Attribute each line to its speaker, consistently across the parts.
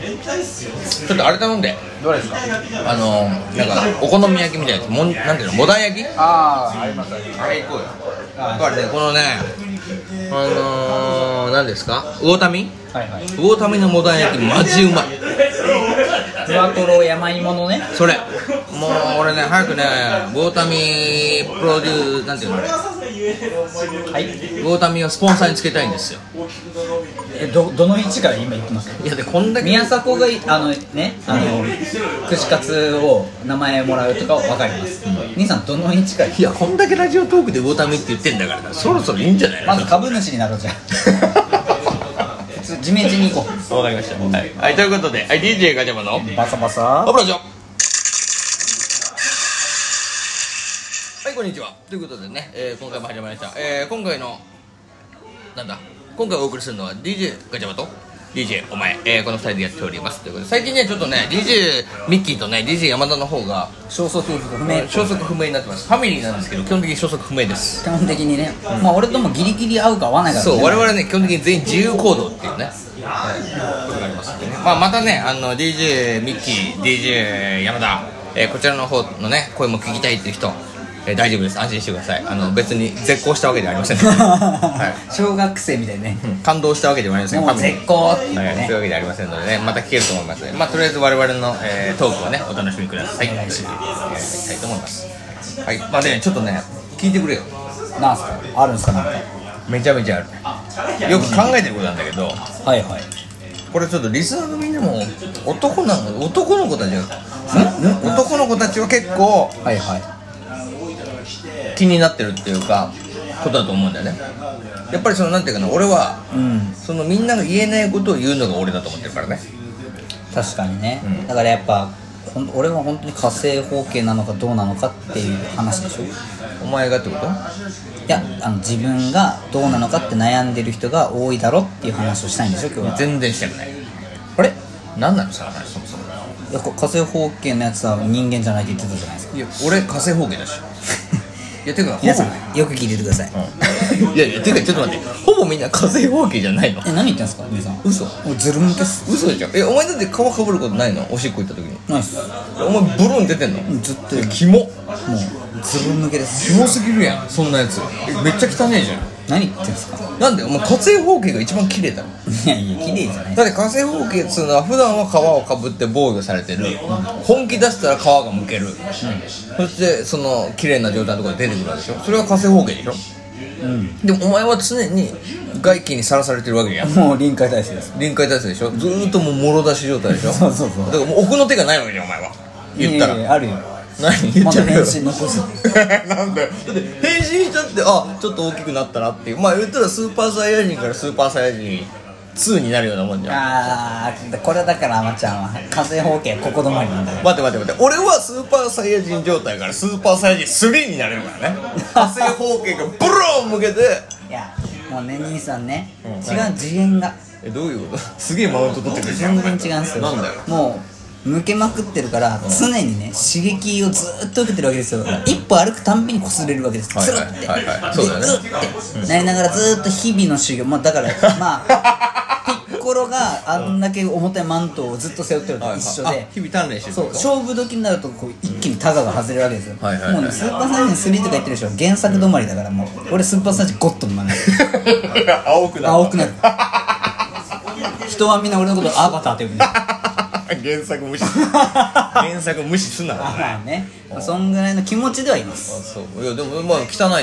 Speaker 1: 変態っすよ
Speaker 2: ちょっとあれ頼んで
Speaker 3: どれですか
Speaker 2: あのーなんかお好み焼きみたいなやつもんなんていうのモダン焼き
Speaker 3: ああありますあります
Speaker 2: あれ行こうよやっぱりねこのねあのー、何ですか魚民
Speaker 3: はいはい
Speaker 2: 魚民のモダン焼きマジうまい
Speaker 3: ふわとろ山芋のね
Speaker 2: それもう俺ね早くね魚民プロデューなんていうの
Speaker 3: はい
Speaker 2: 魚民をスポンサーにつけたいんですよ
Speaker 3: えどどの位置から今言ってます
Speaker 2: いやでこんだけ
Speaker 3: 宮迫がいあのねあの串カツを名前もらうとかは分かります、兄さんどの位置から
Speaker 2: いやこんだけラジオトークで魚民って言ってんだからそろそろいいんじゃないの
Speaker 3: まず株主になろうじゃん普通地面地に行こう
Speaker 2: わかりましたはい、はい、ということで、はい、DJ ガチャマの
Speaker 3: バサバサ
Speaker 2: 油じゃはいこんにちはということでね、えー今回も始まりました、えー今回のなんだ今回お送りするのは DJ ガチャマと DJ お前、えーこの2人でやっておりますということで最近ねちょっとね DJ ミッキーとね DJ 山田の方が
Speaker 3: 消息不明
Speaker 2: 消息不明になってますファミリーなんですけど基本的に消息不明です
Speaker 3: 基本的にね、まあ俺ともギリギリ合うか合わないかだ
Speaker 2: そ
Speaker 3: ね
Speaker 2: う我 々ね基本的に全員自由行動っていうねはいことがありますんでね、まあ、またねあの DJ ミッキー DJ 山田、えーこちらの方のね声も聞きたいっていう人、えー大丈夫です安心してくださいあの別に絶好したわけではありま せん、は
Speaker 3: 小学生みたいね、
Speaker 2: い、感動したわけではありません
Speaker 3: もう絶好っていう
Speaker 2: はい、そういうわけ
Speaker 3: ね、
Speaker 2: ではありませんのでねまた聞けると思いますまあとりあえず我々の、えートークをねお楽しみくださいお願いしますいきたいと思いますはいまあねちょっとね聞いてくれよ
Speaker 3: なんすかあるんすかなんか
Speaker 2: めちゃめちゃあるよく考えてることなんだけど
Speaker 3: はいはい
Speaker 2: これちょっとリスナーのみんなも男なの男の子たちはん男の子たちは結構
Speaker 3: はいはい
Speaker 2: 気になってるっていうかことだと思うんだよねやっぱりそのなんていうかな俺は
Speaker 3: うん
Speaker 2: そのみんなが言えないことを言うのが俺だと思ってるからね
Speaker 3: 確かにね、
Speaker 2: うん
Speaker 3: だからやっぱほん俺は本当に火星方形なのかどうなのかっていう話でしょい
Speaker 2: お前がってこと
Speaker 3: やあの自分がどうなのかって悩んでる人が多いだろっていう話をしたいんでしょ今日は
Speaker 2: 全然してない
Speaker 3: あれ
Speaker 2: 何なのその話そもそも
Speaker 3: いやこ火星方形のやつは人間じゃないって言ってたじゃないですか
Speaker 2: いや俺火星放棄だ しいやてかほぼ
Speaker 3: 皆さんよく聞いててください、
Speaker 2: うん いやいやてかちょっと待ってほぼみんな火星放棄じゃないの
Speaker 3: え何言ってんすか皆さん
Speaker 2: 嘘
Speaker 3: もうズル向けっす
Speaker 2: 嘘でしょえお前だって皮かぶることないのおしっこ行った時に
Speaker 3: ナイスも
Speaker 2: お前ブルーン出てんの
Speaker 3: んずっと
Speaker 2: いやキモ
Speaker 3: うズル向けで
Speaker 2: キ
Speaker 3: す
Speaker 2: モすぎるやんそんなやつえめっちゃ汚ねえじゃん
Speaker 3: 何言ってんすか
Speaker 2: なんでお前火星方形が一番綺麗だろ
Speaker 3: いやいや綺麗じゃない
Speaker 2: だって火星方形っつうのは普段は皮をかぶって防御されてる、本気出したら皮がむける、そしてその綺麗な状態のところで出てくるわけでしょそれが火星方形でしょ、でもお前は常に外気にさらされてるわけやん
Speaker 3: もう臨界体制です
Speaker 2: 臨界体制でしょずーっともうもろ出し状態でしょ
Speaker 3: そうそうそう
Speaker 2: だからもう奥の手がないわけじゃんお前は言ったら
Speaker 3: いやいやあるよ
Speaker 2: 何言
Speaker 3: ま
Speaker 2: っちゃ
Speaker 3: だ
Speaker 2: うよ
Speaker 3: 返信残す
Speaker 2: なんだよだって変身しちゃってあちょっと大きくなったなっていうまあ言ったらスーパーサイヤ人からスーパーサイヤ人2になるようなもんじゃん
Speaker 3: ああこれだからあまちゃんは火星方形ここ止まりなんだよ
Speaker 2: 待って待って待って俺はスーパーサイヤ人状態からスーパーサイヤ人3になれるからね火星方形がブローン向けて
Speaker 3: いやもうね兄さんね、
Speaker 2: うん
Speaker 3: 違う次元が
Speaker 2: えどういうことすげえマウント取ってくるじゃん
Speaker 3: 全然違うんですよ
Speaker 2: なんだよ
Speaker 3: もう向けまくってるから常にね刺激をずーっと受けてるわけですよ一歩歩くたんびに擦れるわけです
Speaker 2: はい
Speaker 3: つる
Speaker 2: は
Speaker 3: っ
Speaker 2: い
Speaker 3: てで
Speaker 2: はいはいそうだよね
Speaker 3: うってなりながらずーっと日々の修行まあだ からまあピッコロがあんだけ重たいマントをずっと背負ってるのと一緒
Speaker 2: あ
Speaker 3: で
Speaker 2: 日々鍛錬してる
Speaker 3: そう勝負時になるとこう一気にタガが外れるわけですよ、
Speaker 2: はいはいはい
Speaker 3: もうねスーパーサイヤ人3とか言ってるでしょ原作止まりだからもう俺スーパーサイヤ人ゴッドにまね
Speaker 2: 青くなる
Speaker 3: 青くな る人はみんな俺のことアバターって呼 ぶんだよ
Speaker 2: 原作無視原作無視すな
Speaker 3: まあねそんぐらいの気持ちではいます
Speaker 2: そういやでもまあ汚いじゃん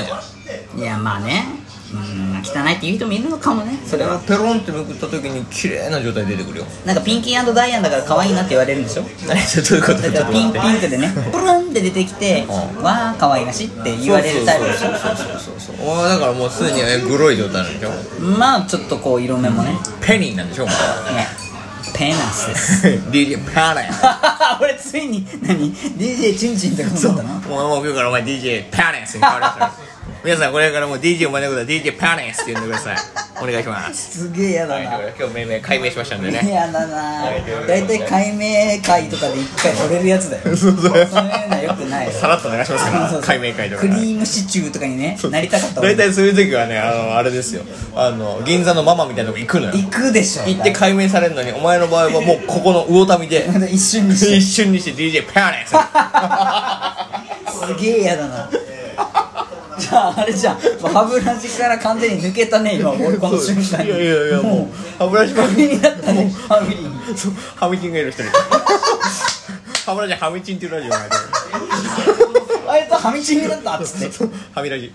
Speaker 3: いやまあねうん汚いって言う人もいるのかもねそれは
Speaker 2: ペロンってめくった時に綺麗な状態出てくるよ
Speaker 3: なんかピンキーダイアンだから可愛いなって言われるんでしょ
Speaker 2: 何それどういう こと
Speaker 3: だからピンピンクでねプルンって出てきて
Speaker 2: う
Speaker 3: わあ可愛らしいって言われるタイプでしょ
Speaker 2: お前はだからもうすでにえグロい状態なんでしょ
Speaker 3: まあちょっとこう色目もね
Speaker 2: ペニーなんでしょお前 は
Speaker 3: ねペナスです
Speaker 2: DJ パレ
Speaker 3: 俺ついに何 DJ チンチンとか思っ
Speaker 2: お
Speaker 3: たの
Speaker 2: 前もう今日からお前 DJ パレスに変わりました皆さんこれからもう DJ を真似ることは DJ パネスって呼んでくださいお願いします
Speaker 3: すげえ嫌だ
Speaker 2: はいというこ
Speaker 3: な
Speaker 2: とで今日命名解明しましたんでね
Speaker 3: 嫌だな
Speaker 2: はいということで
Speaker 3: 大体解明会とかで一回取れるやつだよそ う
Speaker 2: そう
Speaker 3: いうのはよくないよ
Speaker 2: さらっと流しますか
Speaker 3: そうそ
Speaker 2: ら
Speaker 3: う
Speaker 2: 解明会とか
Speaker 3: ク
Speaker 2: ね
Speaker 3: リームシチューとかにねなりたかった俺
Speaker 2: 大体そういう時はねあのあれですよあの銀座のママみたいなとこ行くのよ
Speaker 3: 行くでしょ
Speaker 2: 行って解明されるのにお前の場合はもうここの魚民 で
Speaker 3: 一瞬にして
Speaker 2: 一瞬にして DJ パネス
Speaker 3: すげえ嫌だ なじゃああれじゃんもう歯ブラシから完全に抜けたね今俺この瞬間に
Speaker 2: いやいやいやも
Speaker 3: も
Speaker 2: う歯ブラシ
Speaker 3: う
Speaker 2: マ
Speaker 3: ク
Speaker 2: ン
Speaker 3: ビになったね歯ブリに
Speaker 2: そうハミチンがいる一人歯ブラシハミチンっていうラジオがいて
Speaker 3: あいつ歯みちぎだったっつって
Speaker 2: 歯みラジ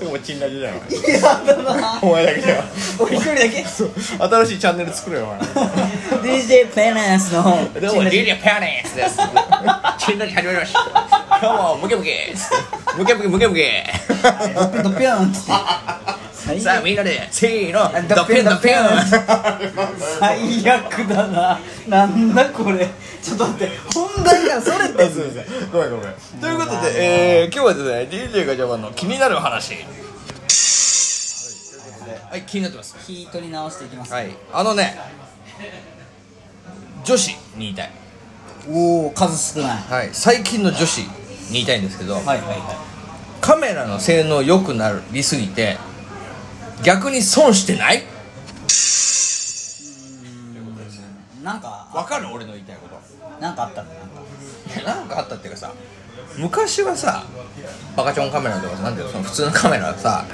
Speaker 2: でもチンラジじゃない
Speaker 3: 嫌だな
Speaker 2: お前だけでは
Speaker 3: 俺一人だけ
Speaker 2: 新しいチャンネル作れよお前
Speaker 3: DJ ペナンスの
Speaker 2: どうも DJ パネスですチンラジ始まりました今日もムケムケムケムケムケムケ
Speaker 3: ドピョンっつって最
Speaker 2: さあ
Speaker 3: 悪
Speaker 2: みんなでせーの
Speaker 3: ド
Speaker 2: ド
Speaker 3: ピ
Speaker 2: ピュ
Speaker 3: ュン
Speaker 2: ン
Speaker 3: ド
Speaker 2: ド
Speaker 3: ピ
Speaker 2: ピ
Speaker 3: ュ
Speaker 2: ュ
Speaker 3: ン
Speaker 2: ン
Speaker 3: 最悪だななんだこれちょっと待って本題からそれって
Speaker 2: すいませんごめんごめんということで、えー、今日はですね DJ ガチャバンの気になる話はい気になってます
Speaker 3: 気取り直していきます、
Speaker 2: はいあのね女子に言いたい、
Speaker 3: おお数少ないは
Speaker 2: はい、最近の女子に言いたいんですけど、
Speaker 3: いはいはい
Speaker 2: カメラの性能良くなりすぎて逆に損してない
Speaker 3: なんか
Speaker 2: わかる俺の言いたいこと
Speaker 3: なんかあったのなんか
Speaker 2: いやなんかあったっていうかさ昔はさバカチョンカメラとかさなんていうのその普通のカメラはさ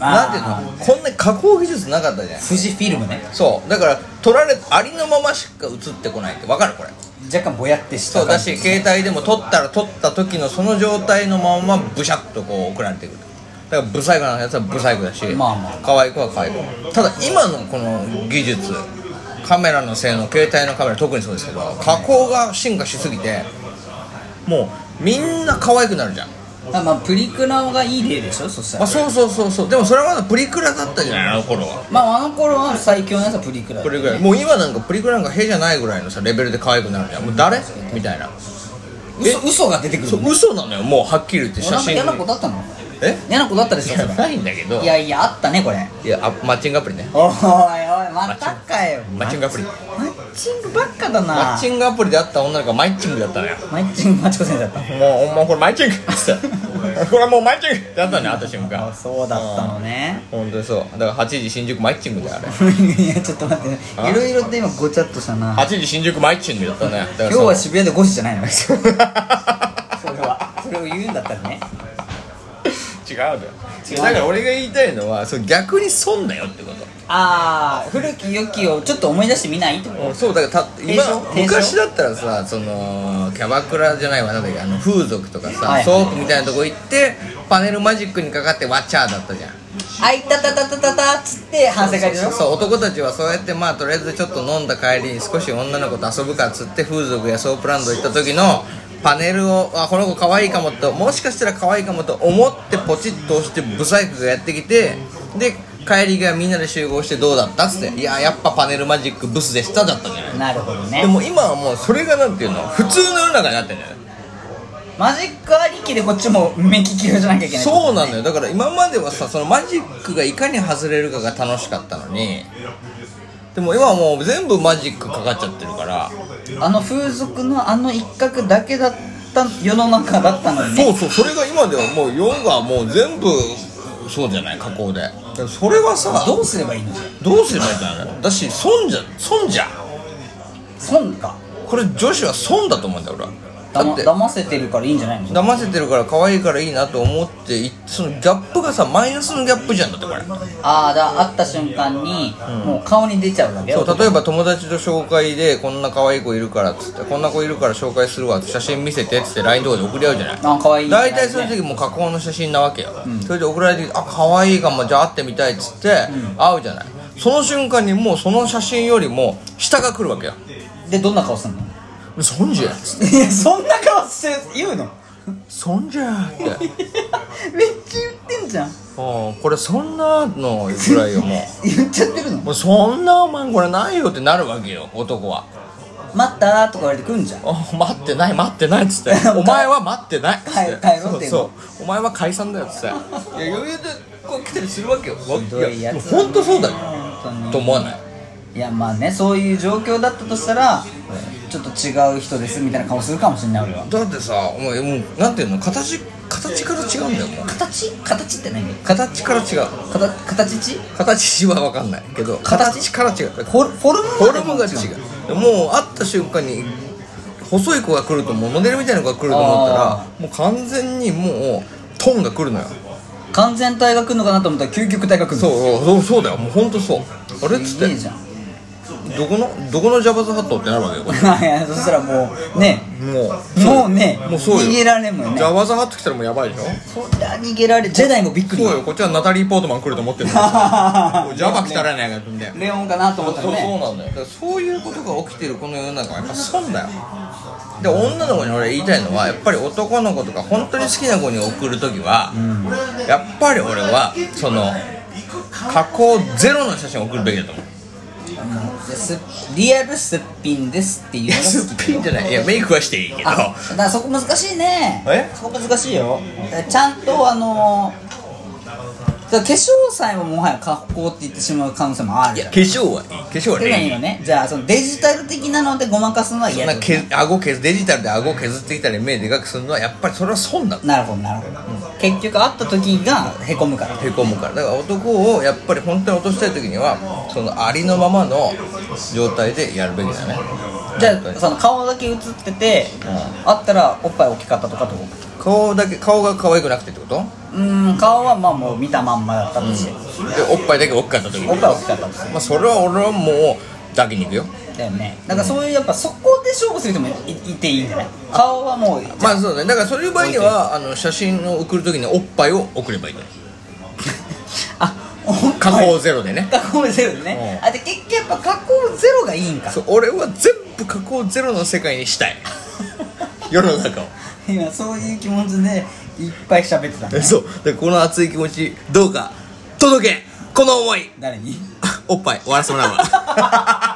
Speaker 2: なんていうのこんなに加工技術なかったじゃん
Speaker 3: 富士フィルムね
Speaker 2: そうだから撮られありのまましか映ってこないってわかるこれ
Speaker 3: 若干ぼやってした
Speaker 2: そうだ
Speaker 3: 感じ
Speaker 2: し携帯でも撮ったら撮った時のその状態のままブシャッとこう送られてくるだからブサイクなやつはブサイクだし、
Speaker 3: まあまあ
Speaker 2: 可愛い子は可愛い子ただ今のこの技術カメラの性能携帯のカメラ特にそうですけど加工が進化しすぎてもうみんな可愛くなるじゃん
Speaker 3: あまあプリクラがいい例でしょそした
Speaker 2: あ
Speaker 3: ら
Speaker 2: そうそうそうそうでもそれはまだプリクラだったじゃないあの頃は
Speaker 3: まああの頃は最強のやつはプリクラ
Speaker 2: プリクラもう今なんかプリクラなんかへじゃないぐらいのさレベルで可愛くなるじゃんもう誰みたいな
Speaker 3: 嘘嘘が出てくる
Speaker 2: そう嘘なのよもうはっきり言って
Speaker 3: 俺
Speaker 2: 写
Speaker 3: なんか
Speaker 2: 真
Speaker 3: 嫌なことあったの
Speaker 2: え
Speaker 3: 嫌なことあったでしょ
Speaker 2: い
Speaker 3: そ
Speaker 2: や
Speaker 3: れ
Speaker 2: ないんだけど
Speaker 3: いやいやあったねこれ
Speaker 2: いやあマッチングアプリね
Speaker 3: おいおいまたかよ
Speaker 2: マッチングアプリ
Speaker 3: マッチングばっかだな
Speaker 2: マッチングアプリであった女の子がマッチングだったのよ
Speaker 3: マッチングマチコ先生だった
Speaker 2: もうお前これマッチングっつ ってこれはもうマッチングってあったのよ会った瞬間
Speaker 3: あそうだったのね
Speaker 2: 本当にそうだから8時新宿マッチングだよあれ
Speaker 3: いやちょっと待って
Speaker 2: あ
Speaker 3: いろいろと今ごちゃっとしたな
Speaker 2: 8時新宿マッチングだったねだから
Speaker 3: 今日
Speaker 2: そう
Speaker 3: は渋谷で5時じ ゃないのそ れはそれを言うんだったらね
Speaker 2: 違うだよだから俺が言いたいのはそう逆に損だよってこと
Speaker 3: ああ古き良きをちょっと思い出してみないってこと
Speaker 2: うんそうだからた
Speaker 3: でしょ
Speaker 2: 今
Speaker 3: でしょ
Speaker 2: 昔だったらさそのキャバクラじゃないわなんだっけあの風俗とかさ、
Speaker 3: はい
Speaker 2: ソープみたいなとこ行ってパネルマジックにかかってワチャーだったじゃん
Speaker 3: あいたたたたたたっつって反省会でしょ
Speaker 2: そう男たちはそうやってまあとりあえずちょっと飲んだ帰りに少し女の子と遊ぶかっつって風俗やソープランド行った時のパネルをあこの子可愛いかもともしかしたら可愛いかもと思ってポチッと押してブサイクがやってきてで帰りがみんなで集合してどうだったっつって「いややっぱパネルマジックブスでした」だったじゃない
Speaker 3: なるほどね
Speaker 2: でも今はもうそれがなんていうの普通の世の中になってんだよね
Speaker 3: マジックありきでこっちも目利きをじゃなきゃいけない
Speaker 2: そうなのよだから今まではさそのマジックがいかに外れるかが楽しかったのにでも今はもう全部マジックかかっちゃってるから
Speaker 3: あの風俗のあの一角だけだった世の中だったのにね
Speaker 2: そうそうそれが今ではもう世がもう全部そうじゃない加工でだからそれはさ
Speaker 3: どうすればいいのじゃ
Speaker 2: どうすればいいんだろうだし損じゃ損じゃん
Speaker 3: 損か
Speaker 2: これ女子は損だと思うんだよ俺は
Speaker 3: だ
Speaker 2: だっ
Speaker 3: ま
Speaker 2: て
Speaker 3: 騙せてるからいいんじゃないの
Speaker 2: 騙せてるから可愛いからいいなと思っていそのギャップがさマイナスのギャップじゃんだってこれ
Speaker 3: ああだ会った瞬間に、もう顔に出ちゃうわけ
Speaker 2: そ
Speaker 3: よ
Speaker 2: う例えば友達と紹介でこんな可愛い子いるからっつってこんな子いるから紹介するわって写真見せてっつって LINE とかで送り合うじゃない
Speaker 3: あ可愛い
Speaker 2: 大体そういう時もう加工の写真なわけよ、それで送られてきてあ可愛いかもじゃあ会ってみたいっつって会うじゃないその瞬間にもうその写真よりも下が来るわけよ
Speaker 3: でどんな顔すんの
Speaker 2: そんじゃっつって
Speaker 3: いやそんな顔して 言うの
Speaker 2: そんじゃ ってあ
Speaker 3: めっちゃ言ってんじゃん
Speaker 2: あこれそんなのぐらいよもう
Speaker 3: 言っちゃってるの
Speaker 2: もうそんなお前これないよってなるわけよ男は
Speaker 3: 待ったなとか言われてくんじゃん
Speaker 2: お 待ってない待ってないっつ ってお前は待ってないっつって
Speaker 3: 帰帰ろうって言うの
Speaker 2: そうそうお前は解散だよっつっていや余裕でこう来たりするわけよ
Speaker 3: どいやつだな
Speaker 2: 本当そうだよ
Speaker 3: 本当に
Speaker 2: と思わない
Speaker 3: いやまあねそういう状況だったとしたらちょっと違う人ですみたいな顔するかもしれない俺は
Speaker 2: だってさお前もうなんていうの形形から違うんだよもう
Speaker 3: 形形って何
Speaker 2: 形から違う
Speaker 3: かた形ち
Speaker 2: 形は分かんないけど形から違う
Speaker 3: フォルフォルム
Speaker 2: フォルムが違うもう会った瞬間に細い子が来るともうモデルみたいな子が来ると思ったら
Speaker 3: あ
Speaker 2: もう完全にもうトンが来るのよ
Speaker 3: 完全体が来るのかなと思ったら究極体が来る
Speaker 2: そう
Speaker 3: う
Speaker 2: そうそうだよもう本当そうあれっつっ
Speaker 3: いい
Speaker 2: て
Speaker 3: じゃん
Speaker 2: どこのどこのジャバズハットってなるわけよこれ
Speaker 3: いやそしたらもうね
Speaker 2: もう
Speaker 3: もうね
Speaker 2: もうそうよ
Speaker 3: 逃げられんもんね
Speaker 2: ジャバズハット来たらもうやばいでしょ
Speaker 3: そりゃ逃げられジェダイもびっくり
Speaker 2: そうよこっちはナタリー・ポートマン来ると思ってるのもうジャバ来たらやないかみたいな
Speaker 3: レオンかなと思ったら
Speaker 2: そうそう
Speaker 3: ね
Speaker 2: なんだよだからそういうことが起きてるこの世の中はやっぱ損だよで女の子に俺言いたいのはやっぱり男の子とか本当に好きな子に送る時は、やっぱり俺はその加工ゼロの写真を送るべきだと思う
Speaker 3: うんですリアルすっぴんですっていう
Speaker 2: いやすっぴんじゃないいやメイクはしていいけど
Speaker 3: あだからそこ難しいね
Speaker 2: え
Speaker 3: そこ難しいよちゃんとあのだから化粧さえももはや格好って言ってしまう可能性もある
Speaker 2: い
Speaker 3: じ
Speaker 2: や
Speaker 3: ゃ
Speaker 2: 化
Speaker 3: ん
Speaker 2: 粧はいい化粧は
Speaker 3: 手がいい
Speaker 2: ね
Speaker 3: のねじゃあそのデジタル的なのでごまかすのは嫌
Speaker 2: な
Speaker 3: だ
Speaker 2: んかけ顎削デジタルで顎削ってきたり目でかくするのはやっぱりそれは損だ
Speaker 3: なるほどなるほど、結局会った時がへこむから
Speaker 2: へこむからだから男をやっぱり本当に落としたい時にはそのありのままの状態でやるべきだね
Speaker 3: じゃあその顔だけ映ってて、会ったらおっぱい大きかったとかどう
Speaker 2: 顔だけ顔が可愛くなくてってこと
Speaker 3: うーん顔はまあもう見たまんまだったとして、
Speaker 2: でおっぱいだけ大きかった時
Speaker 3: おっぱい大きかったとして
Speaker 2: まあそれは俺はもう抱きに行くよ
Speaker 3: だよねだからそういうやっぱそこで勝負する人もいいていいんじゃない顔はもう
Speaker 2: まあそうだねだからそういう場合にはあの写真を送る時におっぱいを送ればいいんだよ
Speaker 3: あおっ
Speaker 2: 加
Speaker 3: ぱい
Speaker 2: 工ゼロでね、
Speaker 3: 加工ゼロね、
Speaker 2: うん
Speaker 3: あで結局やっぱ加工ゼロがいいんか
Speaker 2: そう俺は全部加工ゼロの世界にしたい世の中を
Speaker 3: 今そういう気持ちでいっぱい喋ってたね
Speaker 2: そうでこの熱い気持ちどうか届けこの思い
Speaker 3: 誰に
Speaker 2: おっぱい終わらせてもらうわ